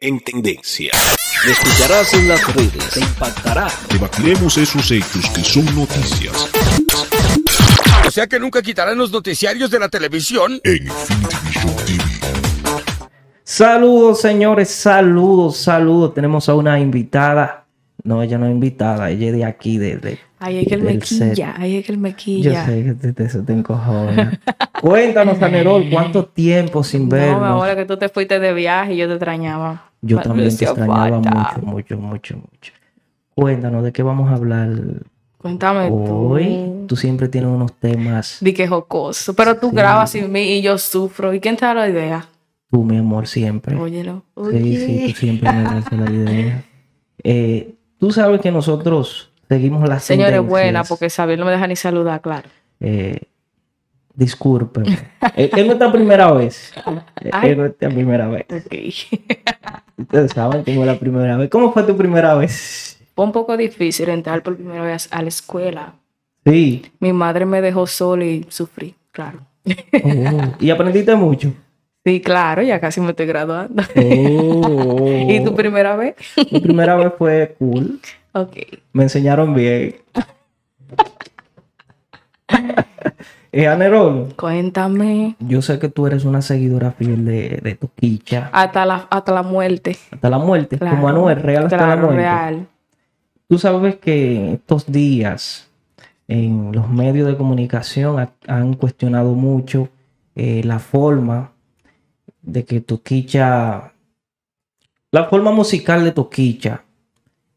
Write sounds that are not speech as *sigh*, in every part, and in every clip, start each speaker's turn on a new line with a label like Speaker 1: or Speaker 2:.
Speaker 1: en tendencia. Lo escucharás en las redes, te impactará.
Speaker 2: Debatiremos esos hechos que son noticias
Speaker 3: O sea que nunca quitarán los noticiarios de la televisión.
Speaker 2: en Infinity Show TV.
Speaker 4: Saludos, señores, saludos, saludos. Tenemos a una invitada. No, ella no es invitada, ella es de aquí, de, de-
Speaker 5: Ahí es que el
Speaker 4: del set.
Speaker 5: mequilla, ahí es que el
Speaker 4: Yo
Speaker 5: mequilla.
Speaker 4: sé que te, te, se te encojona. *laughs* Cuéntanos, Anerol, ¿cuánto tiempo sin
Speaker 5: No, mi
Speaker 4: vernos?
Speaker 5: amor, es que tú te fuiste de viaje y yo te extrañaba.
Speaker 4: Yo
Speaker 5: Me
Speaker 4: también te
Speaker 5: hacía
Speaker 4: extrañaba
Speaker 5: falta.
Speaker 4: mucho, mucho, mucho, mucho. Cuéntanos, ¿de qué vamos a hablar
Speaker 5: Cuéntame
Speaker 4: hoy?
Speaker 5: Pues tú.
Speaker 4: Tú siempre tienes unos temas.
Speaker 5: Di que es jocoso. Pero tú
Speaker 4: Sí.
Speaker 5: grabas sin mí y yo sufro. ¿Y quién te da la idea?
Speaker 4: Tú, mi amor, siempre.
Speaker 5: Óyelo.
Speaker 4: Sí, sí, tú siempre me das la idea. *laughs* Eh, tú sabes que nosotros seguimos las
Speaker 5: Señores,
Speaker 4: tendencias.
Speaker 5: buena, porque Xavier no me deja ni saludar, claro.
Speaker 4: Eh, discúlpeme. *laughs* Eh, es nuestra primera vez. Eh,
Speaker 5: Ay.
Speaker 4: Es nuestra primera vez.
Speaker 5: Ok. *laughs*
Speaker 4: Ustedes saben que no es la primera vez. ¿Cómo fue tu primera vez?
Speaker 5: Fue un poco difícil entrar por primera vez a la escuela.
Speaker 4: Sí.
Speaker 5: Mi madre me dejó sola y sufrí, claro.
Speaker 4: Oh, Y aprendiste mucho.
Speaker 5: Sí, claro, ya casi me estoy graduando.
Speaker 4: *laughs* Oh.
Speaker 5: *laughs* ¿Y tu primera vez?
Speaker 4: *laughs* Mi primera vez fue cool.
Speaker 5: Ok.
Speaker 4: Me enseñaron *laughs* bien. eh, Anerón,
Speaker 5: Cuéntame.
Speaker 4: yo sé que tú eres una seguidora fiel de, de tu quicha.
Speaker 5: Hasta la, hasta la muerte.
Speaker 4: Hasta la muerte.
Speaker 5: Claro.
Speaker 4: Como Anuel, real hasta la
Speaker 5: Claro,
Speaker 4: muerte.
Speaker 5: real.
Speaker 4: Tú sabes que estos días en los medios de comunicación ha- han cuestionado mucho eh, la forma de que Toquicha, la forma musical de Toquicha,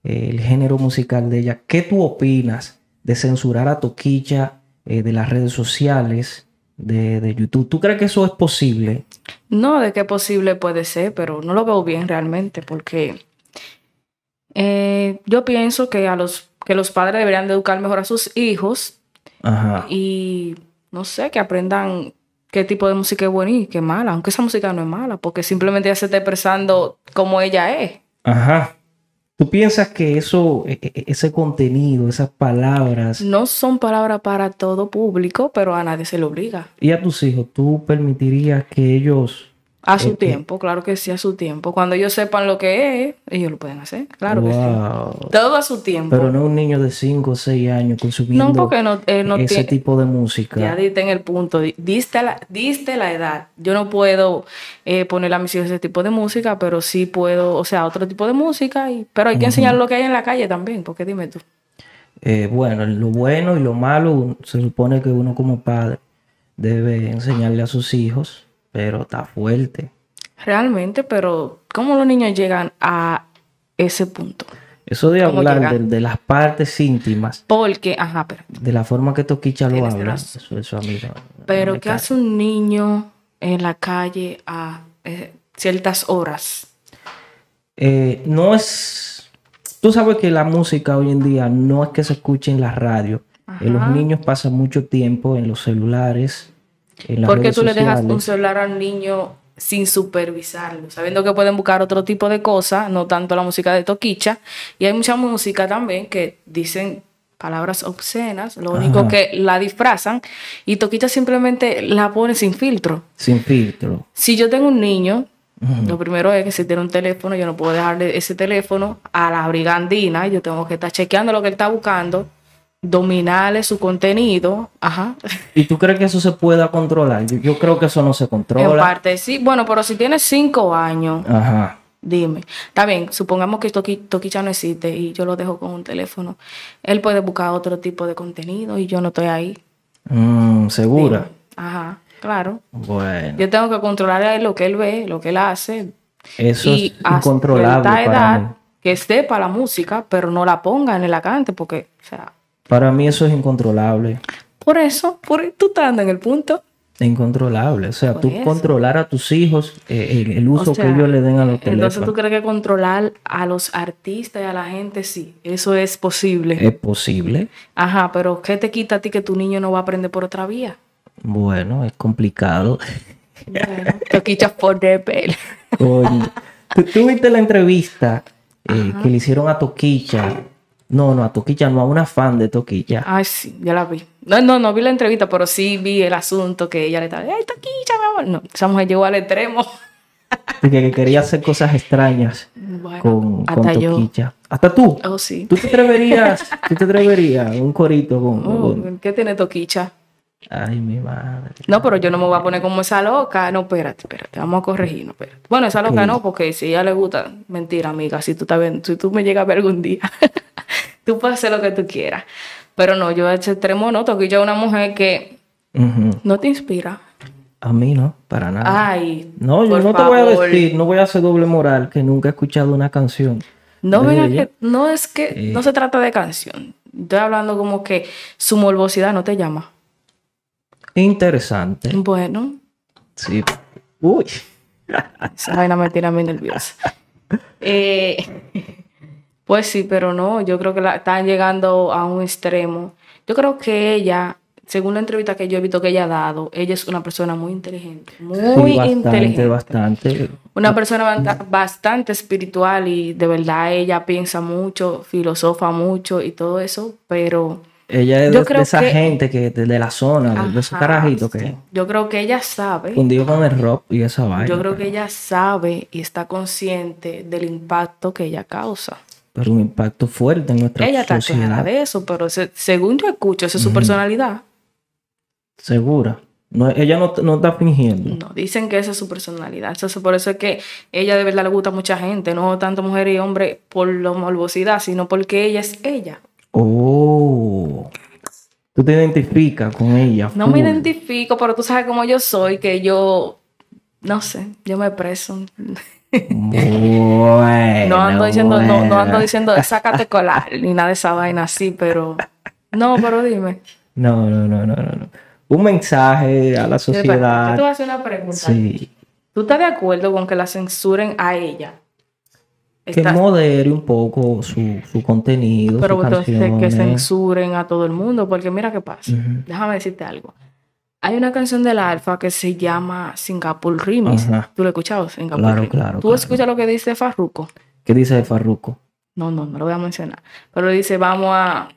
Speaker 4: eh, el género musical de ella. ¿Qué tú opinas de censurar a Toquicha eh, de las redes sociales, de, de YouTube? ¿Tú crees que eso es posible?
Speaker 5: No, de qué posible puede ser, pero no lo veo bien realmente, porque eh, yo pienso que a los que los padres deberían de educar mejor a sus hijos
Speaker 4: Ajá.
Speaker 5: y no sé, que aprendan qué tipo de música es buena y qué mala, aunque esa música no es mala, porque simplemente ella se está expresando como ella es.
Speaker 4: Ajá. ¿Tú piensas que eso, e- e- ese contenido, esas palabras...
Speaker 5: No son palabras para todo público, pero a nadie se le obliga.
Speaker 4: ¿Y a tus hijos, tú permitirías que ellos...
Speaker 5: A su
Speaker 4: Ok.
Speaker 5: tiempo, claro que sí, a su tiempo. Cuando ellos sepan lo que es, ellos lo pueden hacer, claro que sí.
Speaker 4: Wow.
Speaker 5: Todo a su tiempo.
Speaker 4: Pero no un niño de 5 o 6 años consumiendo
Speaker 5: No, porque no, eh, no
Speaker 4: ese
Speaker 5: tiene-
Speaker 4: tipo de música.
Speaker 5: Ya diste en el punto, di- diste la, diste la edad. Yo no puedo eh, ponerle a mis hijos ese tipo de música, pero sí puedo, o sea, otro tipo de música, y, pero hay que enseñar lo que hay en la calle también, porque dime tú.
Speaker 4: Eh, bueno, lo bueno y lo malo un- se supone que uno como padre debe enseñarle a sus hijos, pero está fuerte.
Speaker 5: Realmente, pero ¿cómo los niños llegan a ese punto?
Speaker 4: Eso de
Speaker 5: ¿Cómo
Speaker 4: hablar
Speaker 5: llegar?
Speaker 4: de, de las partes íntimas,
Speaker 5: Porque, ajá, pero,
Speaker 4: de la forma que Toquicha lo
Speaker 5: Tienes
Speaker 4: habla,
Speaker 5: razón.
Speaker 4: eso, eso a mí no- no
Speaker 5: pero
Speaker 4: me
Speaker 5: ¿qué
Speaker 4: cae.
Speaker 5: hace un niño en la calle a eh, ciertas horas?
Speaker 4: eh, no es. Tú sabes que la música hoy en día no es que se escuche en la radio. Eh, los
Speaker 5: Ajá.
Speaker 4: niños pasan mucho tiempo en los celulares, en las
Speaker 5: ¿Por qué
Speaker 4: redes
Speaker 5: tú le dejas un
Speaker 4: sociales.
Speaker 5: celular al niño sin supervisarlo? Sabiendo que pueden buscar otro tipo de cosas, no tanto la música de Toquicha. Y hay mucha música también que dicen palabras obscenas, lo único
Speaker 4: Ajá.
Speaker 5: que la disfrazan y Toquicha simplemente la pone sin filtro.
Speaker 4: Sin filtro.
Speaker 5: Si yo tengo un niño,
Speaker 4: Ujú.
Speaker 5: lo primero es que si tiene un teléfono, yo no puedo dejarle ese teléfono a la brigandina, yo tengo que estar chequeando lo que él está buscando, dominarle su contenido, ajá,
Speaker 4: ¿Y tú crees que eso se pueda controlar? Yo, yo creo que eso no se
Speaker 5: En
Speaker 4: controla.
Speaker 5: parte, sí. Bueno, pero si tienes cinco años,
Speaker 4: Ajá.
Speaker 5: dime. Está bien, supongamos que Toqui- Toquicha no existe y yo lo dejo con un teléfono. Él puede buscar otro tipo de contenido y yo no estoy ahí.
Speaker 4: Mm,
Speaker 5: Dime.
Speaker 4: ¿Segura?
Speaker 5: Ajá, claro.
Speaker 4: Bueno,
Speaker 5: Yo tengo que controlar a él lo que él ve, lo que él hace.
Speaker 4: eso
Speaker 5: y
Speaker 4: es
Speaker 5: a
Speaker 4: incontrolable
Speaker 5: cierta
Speaker 4: para
Speaker 5: edad,
Speaker 4: mí.
Speaker 5: que sepa la música, pero no la ponga ni la cante, porque, o sea,
Speaker 4: Para mí eso es incontrolable.
Speaker 5: por eso, por, tú estás dando en el punto.
Speaker 4: Incontrolable. O sea,
Speaker 5: Por
Speaker 4: tú
Speaker 5: eso.
Speaker 4: controlar a tus hijos eh, el, el
Speaker 5: O
Speaker 4: uso que
Speaker 5: sea,
Speaker 4: ellos le den a los teléfonos.
Speaker 5: Entonces, ¿tú crees que controlar a los artistas y a la gente sí? Eso es posible.
Speaker 4: ¿Es posible?
Speaker 5: Ajá, pero ¿qué te quita a ti que tu niño no va a aprender por otra vía?
Speaker 4: Bueno, es complicado. *laughs*
Speaker 5: Bueno, te quitas por rebel.
Speaker 4: Coño. ¿Tú, tú viste la entrevista eh, que le hicieron a Toquicha? No, no, a Toquicha, no, a una fan de Toquicha.
Speaker 5: Ay, sí, ya la vi. No, no, no vi la entrevista, pero sí vi el asunto que ella le estaba, ¡ay, taquilla, mi amor! No, esa mujer llegó al extremo.
Speaker 4: de que quería hacer cosas extrañas
Speaker 5: Bueno,
Speaker 4: con, con
Speaker 5: hasta yo.
Speaker 4: Toquicha. Hasta tú.
Speaker 5: Oh, sí.
Speaker 4: ¿Tú te atreverías? ¿Tú te atreverías? Un corito con...
Speaker 5: Oh,
Speaker 4: con-
Speaker 5: ¿Qué tiene Toquicha?
Speaker 4: Ay, mi madre.
Speaker 5: No, pero yo no me voy a poner como esa loca. No, espérate, espérate, vamos a corregirnos, espérate. Bueno, esa loca
Speaker 4: Ok.
Speaker 5: no, porque si a ella le gusta, mentira, amiga, si tú, estás ven- si tú me llegas a ver algún día, *laughs* tú puedes hacer lo que tú quieras. Pero no, yo a ese extremo no, toquilla es una mujer que
Speaker 4: Ujú.
Speaker 5: no te inspira.
Speaker 4: A mí no, para nada.
Speaker 5: Ay,
Speaker 4: Ah. no, yo
Speaker 5: por
Speaker 4: no te voy a
Speaker 5: favor.
Speaker 4: decir, no voy a hacer doble moral que nunca he escuchado una canción.
Speaker 5: No,
Speaker 4: de
Speaker 5: venga
Speaker 4: ella.
Speaker 5: que, no es que,
Speaker 4: Eh.
Speaker 5: no se trata de canción. Estoy hablando como que su morbosidad no te llama.
Speaker 4: Interesante.
Speaker 5: Bueno,
Speaker 4: Sí. Uy.
Speaker 5: Esa vaina me tiene a mí nerviosa. Eh, pues sí, pero no, yo creo que la, están llegando a un extremo. Yo creo que ella, según la entrevista que yo he visto que ella ha dado, ella es una persona muy inteligente, muy
Speaker 4: Sí, bastante,
Speaker 5: inteligente.
Speaker 4: bastante.
Speaker 5: Una persona banta- bastante espiritual y de verdad ella piensa mucho, filosofa mucho y todo eso, pero
Speaker 4: Ella es
Speaker 5: Yo
Speaker 4: de, de
Speaker 5: creo
Speaker 4: esa
Speaker 5: que-
Speaker 4: gente que de, de la zona, Ah, de- de, esos
Speaker 5: ajá,
Speaker 4: carajitos que
Speaker 5: yo creo que ella sabe.
Speaker 4: hundió con el rock y esa vaina.
Speaker 5: Yo creo que ella sabe y está consciente del impacto que ella causa.
Speaker 4: Pero un impacto fuerte en nuestra
Speaker 5: Ella está clara
Speaker 4: sociedad.
Speaker 5: de eso, pero se- según yo escucho, esa es su personalidad.
Speaker 4: Segura. No, ella no, no está fingiendo.
Speaker 5: No, dicen que esa es su personalidad. Entonces, por eso es que ella de verdad le gusta a mucha gente, no tanto mujer y hombre por la morbosidad, sino porque ella es ella.
Speaker 4: Oh. Tú te identificas con ella.
Speaker 5: No me
Speaker 4: full.
Speaker 5: identifico, pero tú sabes cómo yo soy, que yo, no sé, yo me preso.
Speaker 4: Bueno,
Speaker 5: No ando diciendo, no, no ando
Speaker 4: Eh, bueno. *laughs*
Speaker 5: diciendo, sácate colar, ni nada de esa vaina así, pero... No, pero dime.
Speaker 4: No, no, no, no, no, no. Un mensaje a la
Speaker 5: Espérate, Yo te voy
Speaker 4: sociedad.
Speaker 5: a hacer una pregunta.
Speaker 4: Sí.
Speaker 5: ¿Tú estás de acuerdo con que la censuren a ella?
Speaker 4: Que
Speaker 5: Estás-
Speaker 4: modere un poco su, su contenido,
Speaker 5: pero
Speaker 4: sus
Speaker 5: entonces que
Speaker 4: canciones.
Speaker 5: censuren a todo el mundo, porque mira qué pasa.
Speaker 4: Ujú.
Speaker 5: Déjame decirte algo. Hay una canción del Alfa que se llama Singapore Remix.
Speaker 4: Ajá.
Speaker 5: ¿Tú lo has escuchado? Singapore
Speaker 4: Claro,
Speaker 5: Remix.
Speaker 4: claro,
Speaker 5: ¿Tú
Speaker 4: claro.
Speaker 5: escuchas lo que dice Farruko?
Speaker 4: ¿Qué dice de Farruko?
Speaker 5: No, no, no lo voy a mencionar. Pero dice, vamos a...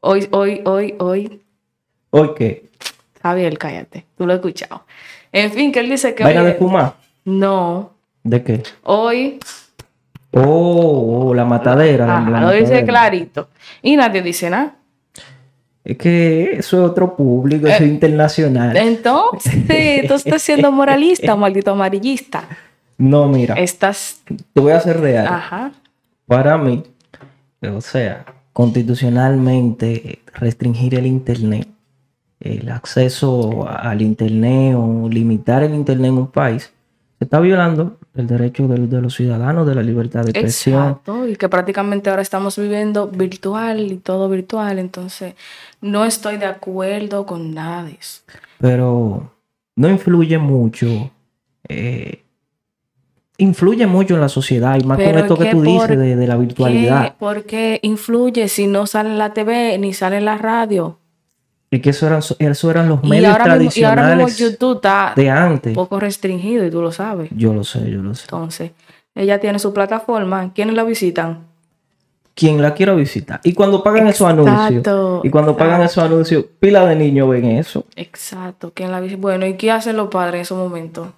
Speaker 5: Hoy, hoy, hoy, hoy.
Speaker 4: ¿Hoy qué?
Speaker 5: Javier, cállate. Tú lo has escuchado. En fin, que él dice que...
Speaker 4: ¿Vaina
Speaker 5: oye,
Speaker 4: de fumar?
Speaker 5: no.
Speaker 4: ¿De qué?
Speaker 5: Hoy
Speaker 4: Oh, oh, la matadera. la-
Speaker 5: Ajá,
Speaker 4: la
Speaker 5: Ah, lo dice
Speaker 4: matadera.
Speaker 5: clarito. Y nadie
Speaker 4: *laughs*
Speaker 5: dice nada.
Speaker 4: Es que eso es otro público,
Speaker 5: Eh.
Speaker 4: eso es internacional.
Speaker 5: Entonces, tú estás siendo moralista, maldito amarillista.
Speaker 4: no, mira,
Speaker 5: Estás.
Speaker 4: te voy a hacer real.
Speaker 5: Ajá.
Speaker 4: Para mí, o sea, constitucionalmente eh, restringir el Internet, el acceso a- al Internet o limitar el Internet en un país, se está violando el derecho de, de los ciudadanos, de la libertad de expresión.
Speaker 5: Exacto. Y que prácticamente ahora estamos viviendo virtual y todo virtual. Entonces, no estoy de acuerdo con nada de eso.
Speaker 4: pero no influye mucho. eh, influye mucho en la sociedad y más
Speaker 5: Pero
Speaker 4: con esto que,
Speaker 5: que
Speaker 4: tú dices
Speaker 5: por
Speaker 4: de, de la virtualidad.
Speaker 5: Porque influye si no sale en la TV ni sale en la radio.
Speaker 4: Y que eso eran, eso eran los
Speaker 5: Y
Speaker 4: medios
Speaker 5: ahora, mismo, y ahora mismo
Speaker 4: tradicionales
Speaker 5: YouTube está
Speaker 4: de antes.
Speaker 5: un poco restringido y tú lo sabes.
Speaker 4: Yo lo sé, yo lo sé.
Speaker 5: Entonces, ella tiene su plataforma. ¿Quiénes la visitan?
Speaker 4: Quien la quiera visitar. Y cuando pagan esos anuncios.
Speaker 5: Exacto, ah,
Speaker 4: Y cuando pagan esos anuncios, pila de niños ven eso.
Speaker 5: Exacto, ¿quién la dice? Bueno, ¿y qué hacen los padres en esos momentos?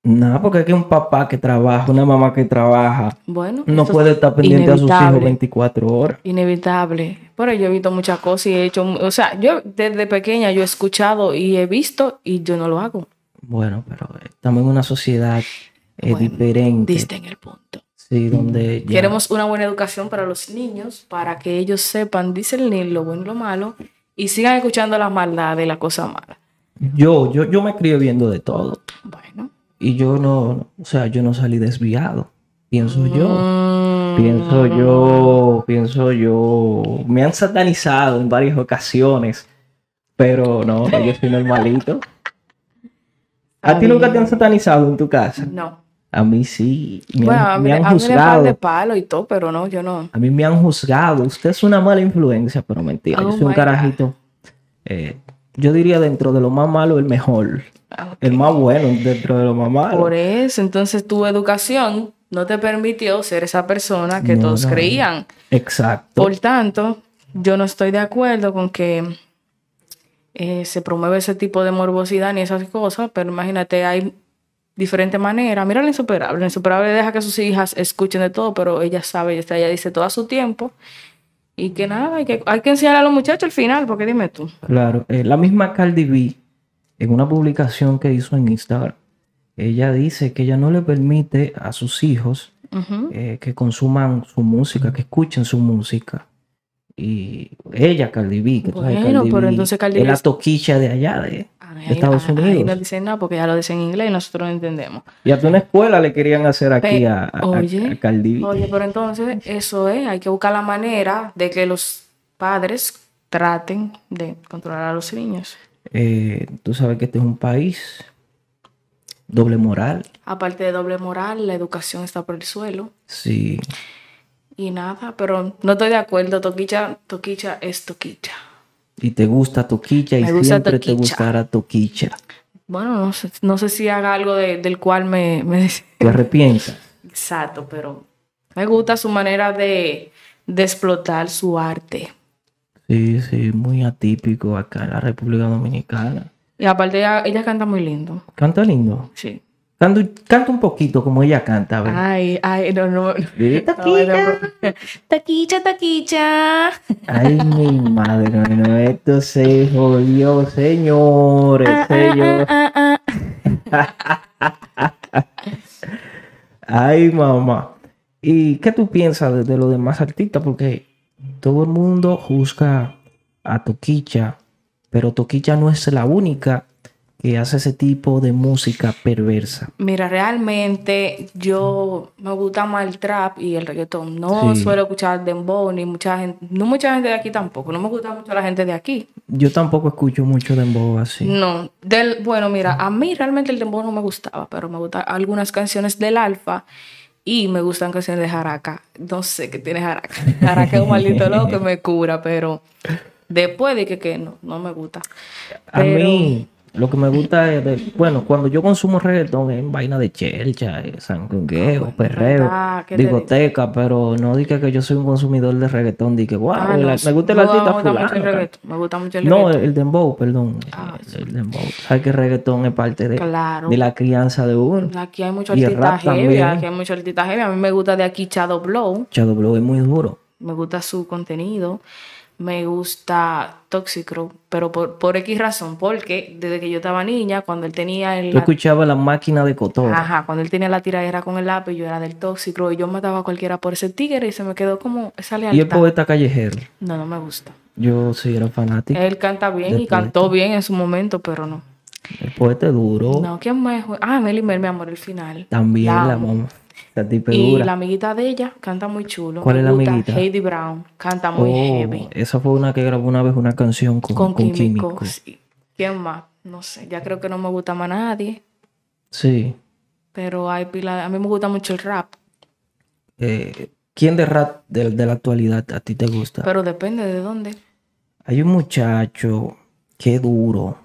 Speaker 4: Nada, porque aquí un papá que trabaja, una mamá que trabaja,
Speaker 5: Bueno,
Speaker 4: no
Speaker 5: eso es
Speaker 4: puede estar pendiente a sus hijos
Speaker 5: inevitable.
Speaker 4: 24 horas.
Speaker 5: Inevitable. Pero yo he visto muchas cosas y he hecho, o sea, yo desde pequeña yo he escuchado y he visto y yo no lo hago.
Speaker 4: Bueno, pero eh, estamos en una sociedad eh,
Speaker 5: Bueno,
Speaker 4: diferente.
Speaker 5: Diste en el punto.
Speaker 4: Sí, donde ya-
Speaker 5: Queremos una buena educación para los niños, para que ellos sepan discernir lo bueno y lo malo y sigan escuchando las maldades y las cosas malas.
Speaker 4: yo, yo, yo me crié viendo de todo.
Speaker 5: Bueno.
Speaker 4: Y yo no, no- o sea, yo no salí desviado. Pienso yo.
Speaker 5: Mm,
Speaker 4: Pienso yo, pienso yo. Me han satanizado en varias ocasiones. Pero no, no, yo soy normalito. ¿A ti nunca te han satanizado en tu casa?
Speaker 5: No.
Speaker 4: A mí sí. Me
Speaker 5: Bueno, a
Speaker 4: han,
Speaker 5: mí
Speaker 4: me han
Speaker 5: a mí me dan de
Speaker 4: juzgado.
Speaker 5: palo y todo, pero no, yo no.
Speaker 4: A mí me han juzgado. Usted es una mala influencia, pero mentira.
Speaker 5: Oh
Speaker 4: yo soy un
Speaker 5: my
Speaker 4: carajito. eh, yo diría dentro de lo más malo, el mejor.
Speaker 5: Ah,
Speaker 4: El más bueno dentro de lo más malo.
Speaker 5: Por eso, entonces tu educación no te permitió ser esa persona que
Speaker 4: No,
Speaker 5: todos
Speaker 4: no, no.
Speaker 5: creían.
Speaker 4: Exacto.
Speaker 5: Por tanto, yo no estoy de acuerdo con que eh, se promueva ese tipo de morbosidad ni esas cosas, pero imagínate, hay diferente manera. Mira la insuperable. La insuperable deja que sus hijas escuchen de todo, pero ella sabe, ella, está- ella dice todo a su tiempo. Y que nada, hay que, hay que enseñarle a los muchachos al final, porque dime tú.
Speaker 4: Claro, eh, la misma Cardi B, en una publicación que hizo en Instagram, ella dice que ella no le permite a sus hijos
Speaker 5: Ujú.
Speaker 4: eh, que consuman su música, que escuchen su música. Y ella, Cardi B, que tú sabes,
Speaker 5: Bueno,
Speaker 4: Cardi
Speaker 5: pero
Speaker 4: B
Speaker 5: entonces Cardi
Speaker 4: es
Speaker 5: B
Speaker 4: la
Speaker 5: es-
Speaker 4: toquicha de allá, de,
Speaker 5: Ay,
Speaker 4: de Estados
Speaker 5: ay, ay,
Speaker 4: Unidos.
Speaker 5: no dicen nada porque ya lo dicen en inglés y nosotros no entendemos.
Speaker 4: Y hasta una escuela le querían hacer aquí
Speaker 5: Pe-
Speaker 4: a, a- a-
Speaker 5: Oye,
Speaker 4: a Cardi B.
Speaker 5: Oye, pero entonces eso es, hay que buscar la manera de que los padres traten de controlar a los niños.
Speaker 4: Eh, tú sabes que este es un país doble moral.
Speaker 5: Aparte de doble moral, la educación está por el suelo
Speaker 4: Sí,
Speaker 5: y nada, pero no estoy de acuerdo, Toquicha, Toquicha es Toquicha.
Speaker 4: y te gusta Toquicha y
Speaker 5: Me gusta
Speaker 4: siempre te
Speaker 5: Toquicha.
Speaker 4: gustará Toquicha.
Speaker 5: Bueno, no sé, no sé si haga algo de- del cual me, me des-
Speaker 4: Te arrepientas.
Speaker 5: Exacto, pero me gusta su manera de, de explotar su arte.
Speaker 4: Sí, sí, muy atípico acá en la República Dominicana.
Speaker 5: Y aparte ella, ella canta muy lindo,
Speaker 4: Canta lindo.
Speaker 5: sí.
Speaker 4: Canta, canta un poquito como ella canta, a ver.
Speaker 5: Ay, ay, no, no. Ah, no.
Speaker 4: Sí.
Speaker 5: Taquicha.
Speaker 4: pues.
Speaker 5: Taquicha, taquicha.
Speaker 4: Ay, mi madre, bueno, esto se jodió, señores,
Speaker 5: Ah, ah,
Speaker 4: señores.
Speaker 5: ah, ah, ah.
Speaker 4: Ay, mamá. ¿Y qué tú piensas de, de los demás artistas? Porque todo el mundo juzga a Toquicha, pero Toquicha no es la única que hace ese tipo de música perversa.
Speaker 5: Mira, realmente yo me gusta más el trap y el reggaetón. No
Speaker 4: Sí.
Speaker 5: suelo escuchar dembow ni mucha gente, no mucha gente de aquí tampoco. No me gusta mucho la gente de aquí.
Speaker 4: Yo tampoco escucho mucho dembow así.
Speaker 5: No, del, bueno, mira, a mí realmente el dembow no me gustaba, pero me gustan algunas canciones del Alfa y me gustan canciones de Jaraka. No sé qué tiene Jaraka. Jaraka es un maldito loco que me cura, pero después dije que no, no me gusta.
Speaker 4: A
Speaker 5: Pero-
Speaker 4: mí lo que me gusta es, de- bueno, cuando yo consumo reggaetón es en vaina de chelcha, eh, sangungueo, perreo,
Speaker 5: Ah, ¿verdad? ¿Qué te digo?
Speaker 4: discoteca, pero no diga que yo soy un consumidor de reggaetón, di que guau,
Speaker 5: Ah,
Speaker 4: el-
Speaker 5: no,
Speaker 4: Eh, me gusta el
Speaker 5: no,
Speaker 4: artista
Speaker 5: me gusta mucho
Speaker 4: fulano,
Speaker 5: el
Speaker 4: cara.
Speaker 5: reggaetón, Me gusta mucho el
Speaker 4: No,
Speaker 5: reggaetón.
Speaker 4: el dembow, perdón.
Speaker 5: Ah,
Speaker 4: el, el dembow. Sabes que el reggaetón es parte de,
Speaker 5: Claro.
Speaker 4: de la crianza de uno.
Speaker 5: Aquí hay mucho
Speaker 4: y el
Speaker 5: artista
Speaker 4: rap
Speaker 5: heavy,
Speaker 4: también.
Speaker 5: aquí hay mucho artista heavy. A mí me gusta de aquí Chado Blow,
Speaker 4: Chado Blow es muy duro.
Speaker 5: me gusta su contenido, me gusta Tóxico, pero por, por X razón, porque desde que yo estaba niña, cuando él tenía el...
Speaker 4: Tú escuchabas la máquina de cotor.
Speaker 5: Ajá, cuando él tenía la tiradera con el lápiz, yo era del Tóxico y yo mataba a cualquiera por ese tigre y se me quedó como esa
Speaker 4: Y el
Speaker 5: lealtad.
Speaker 4: poeta callejero.
Speaker 5: No, no me gusta.
Speaker 4: Yo sí era fanático.
Speaker 5: Él canta bien
Speaker 4: del
Speaker 5: y cantó bien en su momento, pero no.
Speaker 4: El poeta es duro.
Speaker 5: No, ¿quién más? jue- Ah, Meli Mel, mi amor, el final.
Speaker 4: También la,
Speaker 5: amo.
Speaker 4: mamá. La tipa es
Speaker 5: Y
Speaker 4: dura.
Speaker 5: la amiguita de ella canta muy chulo.
Speaker 4: ¿Cuál
Speaker 5: Me
Speaker 4: es la
Speaker 5: gusta
Speaker 4: amiguita?
Speaker 5: Heidi Brown. Canta muy
Speaker 4: Oh,
Speaker 5: heavy.
Speaker 4: Esa fue una que grabó una vez una canción con,
Speaker 5: Con,
Speaker 4: con
Speaker 5: químicos.
Speaker 4: Químico.
Speaker 5: sí. ¿Quién más? No sé. Ya creo que no me gusta más nadie.
Speaker 4: Sí.
Speaker 5: Pero hay pila. A mí me gusta mucho el rap.
Speaker 4: Eh, ¿Quién de rap de, de la actualidad a ti te gusta?
Speaker 5: Pero depende de dónde.
Speaker 4: Hay un muchacho que duro.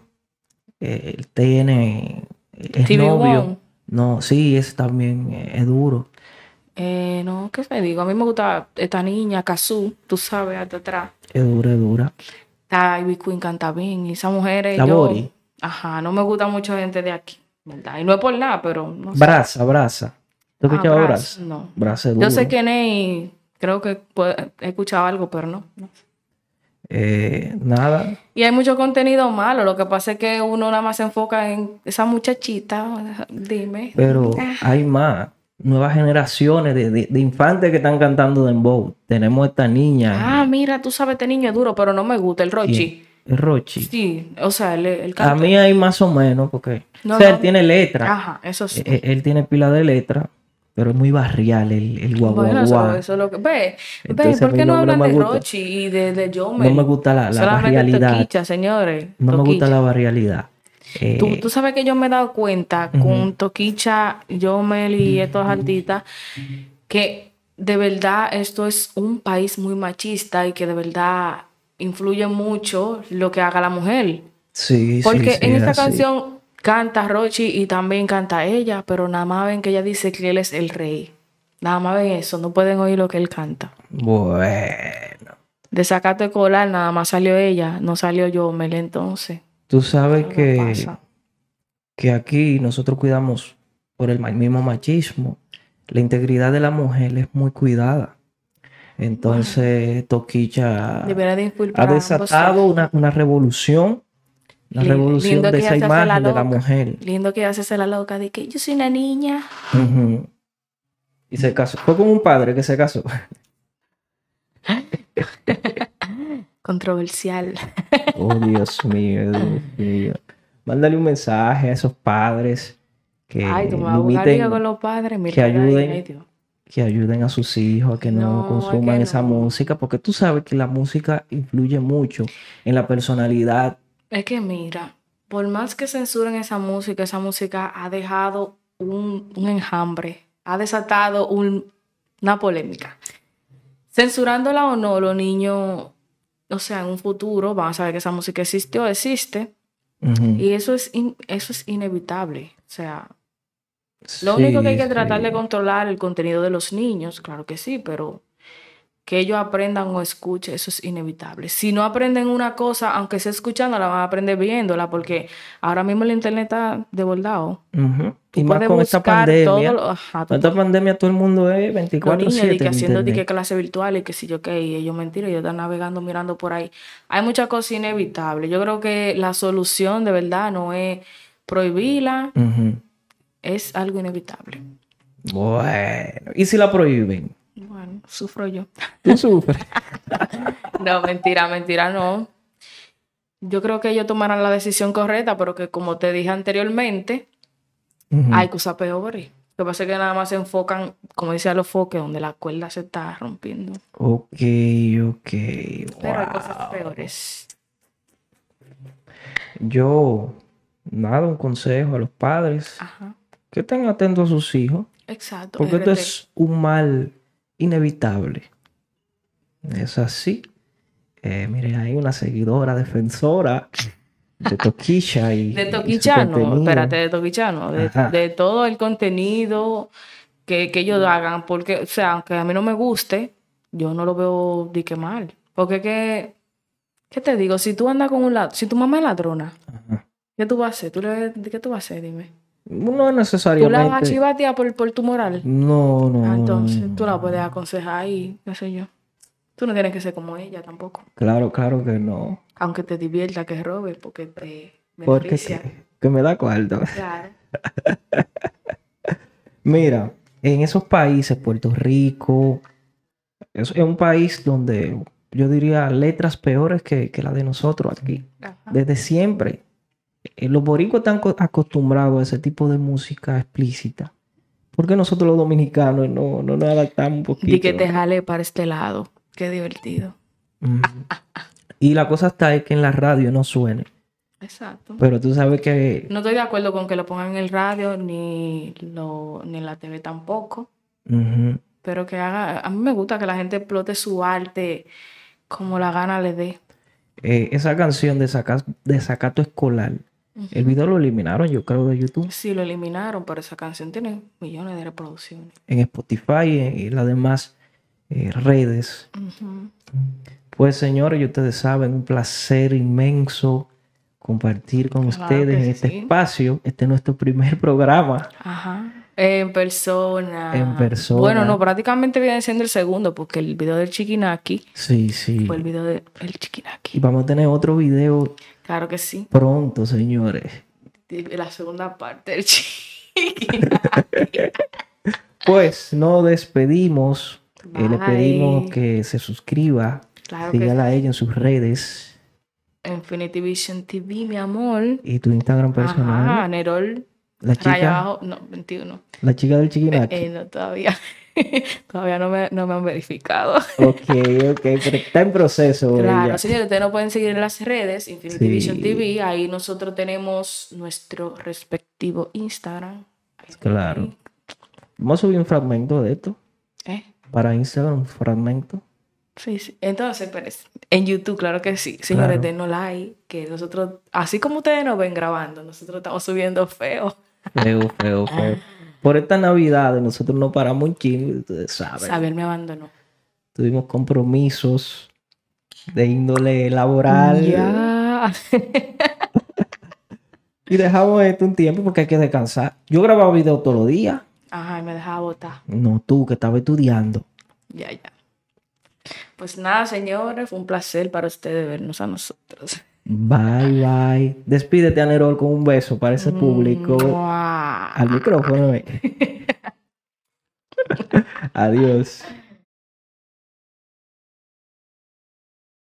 Speaker 4: eh, Él tiene. eh, Es
Speaker 5: TV
Speaker 4: novio.
Speaker 5: One.
Speaker 4: No, sí, es también eh, es duro.
Speaker 5: Eh, no, ¿qué te digo? A mí me gusta esta niña, Kazoo. Tú sabes, hasta atrás.
Speaker 4: Es dura, es dura.
Speaker 5: Está Ivy Queen canta bien. Y esas mujeres.
Speaker 4: La
Speaker 5: yo-
Speaker 4: Bori.
Speaker 5: Ajá, no me gusta mucha gente de aquí. ¿Verdad? Y no es por nada, pero. No sé.
Speaker 4: Brasa, brasa. ¿Tú
Speaker 5: Ah,
Speaker 4: escuchabas
Speaker 5: Brass,
Speaker 4: brasa?
Speaker 5: No.
Speaker 4: Brasa es
Speaker 5: Yo
Speaker 4: duro.
Speaker 5: sé quién es y creo que puede- he escuchado algo, pero no. no.
Speaker 4: Eh, nada.
Speaker 5: Y hay mucho contenido malo. Lo que pasa es que uno nada más se enfoca en esa muchachita. Dime.
Speaker 4: Pero hay más. Nuevas generaciones de, de- de infantes que están cantando dembow. Tenemos esta niña.
Speaker 5: Ah, mira, tú sabes, este niño es duro, pero no me gusta el Rochi.
Speaker 4: ¿quién? Ah, Es Rochi.
Speaker 5: Sí, o sea, él, él
Speaker 4: A
Speaker 5: canta.
Speaker 4: mí hay más o menos, porque
Speaker 5: No,
Speaker 4: o sea, él
Speaker 5: no.
Speaker 4: tiene letra.
Speaker 5: Ajá, eso sí.
Speaker 4: Eh, eh, Él tiene pila de letra, pero es muy barrial el, el guau, guau,
Speaker 5: Bueno, eso,
Speaker 4: guau.
Speaker 5: eso es lo que. Ve, ve,
Speaker 4: Entonces, a
Speaker 5: ¿por
Speaker 4: mí
Speaker 5: qué no,
Speaker 4: no- no
Speaker 5: hablan
Speaker 4: me
Speaker 5: de
Speaker 4: gusta.
Speaker 5: Rochi y de, de Jomel?
Speaker 4: No me gusta la, la
Speaker 5: Solamente
Speaker 4: barrialidad.
Speaker 5: Toquicha, señores.
Speaker 4: No me
Speaker 5: Toquicha.
Speaker 4: gusta la barrialidad. Eh,
Speaker 5: Tú, tú sabes que yo me he dado cuenta con Toquicha, Yomel y estos artistas que de verdad esto es un país muy machista y que de verdad influye mucho lo que haga la mujer.
Speaker 4: sí, sí,
Speaker 5: Porque
Speaker 4: sí,
Speaker 5: en
Speaker 4: es
Speaker 5: esta
Speaker 4: así.
Speaker 5: canción canta Rochi y también canta ella, pero nada más ven que ella dice que él es el rey. Nada más ven eso, no pueden oír lo que él canta.
Speaker 4: Bueno,
Speaker 5: De Sacate Colar nada más salió ella, no salió Yomel entonces.
Speaker 4: tú sabes
Speaker 5: Algo
Speaker 4: que,
Speaker 5: pasa.
Speaker 4: que aquí nosotros cuidamos por el ma- mismo machismo, la integridad de la mujer es muy cuidada. Entonces, Toquicha
Speaker 5: Debería de
Speaker 4: ha
Speaker 5: inculcar
Speaker 4: desatado una, una revolución, la
Speaker 5: Li-
Speaker 4: revolución
Speaker 5: lindo
Speaker 4: de
Speaker 5: que
Speaker 4: esa
Speaker 5: ella se hace la
Speaker 4: imagen de la
Speaker 5: loca.
Speaker 4: mujer.
Speaker 5: Lindo que haces a la loca de que yo soy una niña.
Speaker 4: Ujú. Y se casó. Fue con un padre que se
Speaker 5: *laughs*
Speaker 4: casó.
Speaker 5: Controversial.
Speaker 4: Oh, Dios mío, Dios mío. Mándale un mensaje a esos padres que
Speaker 5: Ay, tú me vas a buscar
Speaker 4: limiten,
Speaker 5: liga con los padres. Mira,
Speaker 4: que
Speaker 5: ay,
Speaker 4: ayuden.
Speaker 5: ay, Dios.
Speaker 4: que ayuden a sus hijos a que no,
Speaker 5: No,
Speaker 4: consuman
Speaker 5: que
Speaker 4: esa
Speaker 5: no.
Speaker 4: música, porque tú sabes que la música influye mucho en la personalidad.
Speaker 5: Es que mira, por más que censuren esa música, esa música ha dejado un, un enjambre, ha desatado un- una polémica. Censurándola o no, los niños, o sea, en un futuro van a saber que esa música existió, existe,
Speaker 4: Ujú.
Speaker 5: y eso es, in- eso es inevitable. O sea, lo único que hay que
Speaker 4: Sí,
Speaker 5: tratar de
Speaker 4: sí.
Speaker 5: controlar el contenido de los niños, claro que sí, pero que ellos aprendan o escuchen, eso es inevitable. Si no aprenden una cosa, aunque sea escuchando, la van a aprender viéndola, porque ahora mismo el internet está desbordado.
Speaker 4: Ujú.
Speaker 5: Tú
Speaker 4: Y más
Speaker 5: puedes
Speaker 4: con esta
Speaker 5: buscar
Speaker 4: pandemia.
Speaker 5: todo lo- ajá, tú-
Speaker 4: Con esta pandemia todo el mundo es
Speaker 5: los niños
Speaker 4: 24/7
Speaker 5: de que
Speaker 4: en
Speaker 5: haciendo de que
Speaker 4: internet.
Speaker 5: clase virtual y que si yo qué, y ellos mentira, ellos están navegando, mirando por ahí. Hay muchas cosas inevitables. Yo creo que la solución de verdad no es prohibirla,
Speaker 4: Ujú.
Speaker 5: es algo inevitable.
Speaker 4: Bueno, ¿y si la prohíben?
Speaker 5: Bueno, sufro yo.
Speaker 4: Tú sufres.
Speaker 5: No, mentira, mentira, no. Yo creo que ellos tomarán la decisión correcta, pero que como te dije anteriormente,
Speaker 4: Ujú.
Speaker 5: hay que usar peor. Lo que pasa es que nada más se enfocan, como decía, los foques, donde la cuerda se está rompiendo.
Speaker 4: Ok, ok.
Speaker 5: Pero hay cosas
Speaker 4: wow.
Speaker 5: peores.
Speaker 4: Yo, nada, un consejo a los padres.
Speaker 5: Ajá,
Speaker 4: Que estén atentos a sus hijos.
Speaker 5: exacto.
Speaker 4: Porque esto
Speaker 5: RT.
Speaker 4: es un mal inevitable. Es así. Eh, miren, hay una seguidora defensora de Toquilla y.
Speaker 5: De
Speaker 4: y su
Speaker 5: Toquichano,
Speaker 4: contenido.
Speaker 5: espérate, de Toquichano, de,
Speaker 4: Ajá.
Speaker 5: de todo el contenido que, que ellos hagan, porque, o sea, aunque a mí no me guste, yo no lo veo de que mal. Porque que, ¿qué te digo? Si tú andas con un lado, si tu mamá es ladrona,
Speaker 4: Ajá.
Speaker 5: ¿qué tú vas a hacer? ¿Tú le, de ¿Qué tú vas a hacer? Dime.
Speaker 4: No es
Speaker 5: ¿Tú la vas a
Speaker 4: necesariamente.
Speaker 5: chivatear por, por tu moral?
Speaker 4: No, no.
Speaker 5: Ah, entonces,
Speaker 4: no,
Speaker 5: tú la
Speaker 4: no.
Speaker 5: puedes aconsejar y, qué sé yo. Tú no tienes que ser como ella tampoco.
Speaker 4: Claro, claro que no.
Speaker 5: Aunque te divierta que robe, porque te
Speaker 4: Porque
Speaker 5: beneficia.
Speaker 4: que, que me da cuarto.
Speaker 5: Claro.
Speaker 4: Mira, en esos países, Puerto Rico, es, es un país donde yo diría letras peores que, que la de nosotros aquí.
Speaker 5: Ajá.
Speaker 4: desde siempre. Eh, Los boricuas están co- acostumbrados a ese tipo de música explícita. Porque nosotros los dominicanos no, no nos adaptamos un poquito?
Speaker 5: Y que te jale para este lado. Qué divertido.
Speaker 4: Ujú. Y la cosa está es que en la radio no suene.
Speaker 5: Exacto.
Speaker 4: Pero tú sabes que...
Speaker 5: No estoy de acuerdo con que lo pongan en el radio ni, lo, ni en la TV tampoco.
Speaker 4: Ujú.
Speaker 5: Pero que haga. A mí me gusta que la gente explote su arte como la gana le dé.
Speaker 4: Eh, esa canción de, saca- de Sacato Escolar, el video lo eliminaron yo creo de YouTube,
Speaker 5: Sí, lo eliminaron, pero esa canción tiene millones de reproducciones.
Speaker 4: en Spotify eh, y las demás eh, redes.
Speaker 5: Ujú.
Speaker 4: Pues señores, y ustedes saben, un placer inmenso compartir con
Speaker 5: Claro
Speaker 4: ustedes
Speaker 5: que
Speaker 4: en este
Speaker 5: sí.
Speaker 4: espacio. Este es nuestro primer *laughs* programa.
Speaker 5: Ajá. En persona.
Speaker 4: En persona.
Speaker 5: Bueno, no, prácticamente viene siendo el segundo, porque el video del Chiquinaki
Speaker 4: Sí, sí.
Speaker 5: fue el video del
Speaker 4: Y
Speaker 5: Chiquinaki.
Speaker 4: vamos a tener otro video
Speaker 5: Claro que sí.
Speaker 4: pronto, señores.
Speaker 5: la segunda parte del chiqui.
Speaker 4: Pues nos despedimos. Eh, le
Speaker 5: Bye.
Speaker 4: pedimos que se suscriba.
Speaker 5: Claro que
Speaker 4: sígala a ella en sus redes.
Speaker 5: Infinity Vision TV, mi amor.
Speaker 4: Y tu Instagram personal.
Speaker 5: Ajá, Nerol.
Speaker 4: La
Speaker 5: Raya
Speaker 4: chica,
Speaker 5: abajo. No, 21.
Speaker 4: la chica del chiquinaki.
Speaker 5: Eh, no, todavía. *laughs* todavía no me, no me han verificado.
Speaker 4: Ok, ok, pero está en proceso.
Speaker 5: *laughs* Claro,
Speaker 4: ella.
Speaker 5: señores, ustedes nos pueden seguir en las redes, Infinity
Speaker 4: Sí.
Speaker 5: Vision TV. Ahí nosotros tenemos nuestro respectivo Instagram. Ahí,
Speaker 4: Claro. Vamos a subir un fragmento de esto.
Speaker 5: ¿Eh?
Speaker 4: para Instagram un fragmento.
Speaker 5: Sí, sí. Entonces, Pérez, en YouTube, claro que sí. Señores,
Speaker 4: Claro.
Speaker 5: denos like, que nosotros, así como ustedes nos ven grabando, nosotros estamos subiendo feo.
Speaker 4: Feo, feo, feo. Por esta Navidad nosotros no paramos un chingo, ustedes saben.
Speaker 5: Saber me abandonó.
Speaker 4: Tuvimos compromisos de índole laboral
Speaker 5: Ya.
Speaker 4: Y dejamos esto un tiempo porque hay que descansar. Yo grababa video todos los días.
Speaker 5: Ajá, y me dejaba botar.
Speaker 4: No tú, que estaba estudiando.
Speaker 5: Ya, ya. Pues nada, señores, fue un placer para ustedes vernos a nosotros.
Speaker 4: Bye, bye. Despídete, Anerol, con un beso para ese público.
Speaker 5: Mm. Mua.
Speaker 4: Al micrófono. eh. Adiós.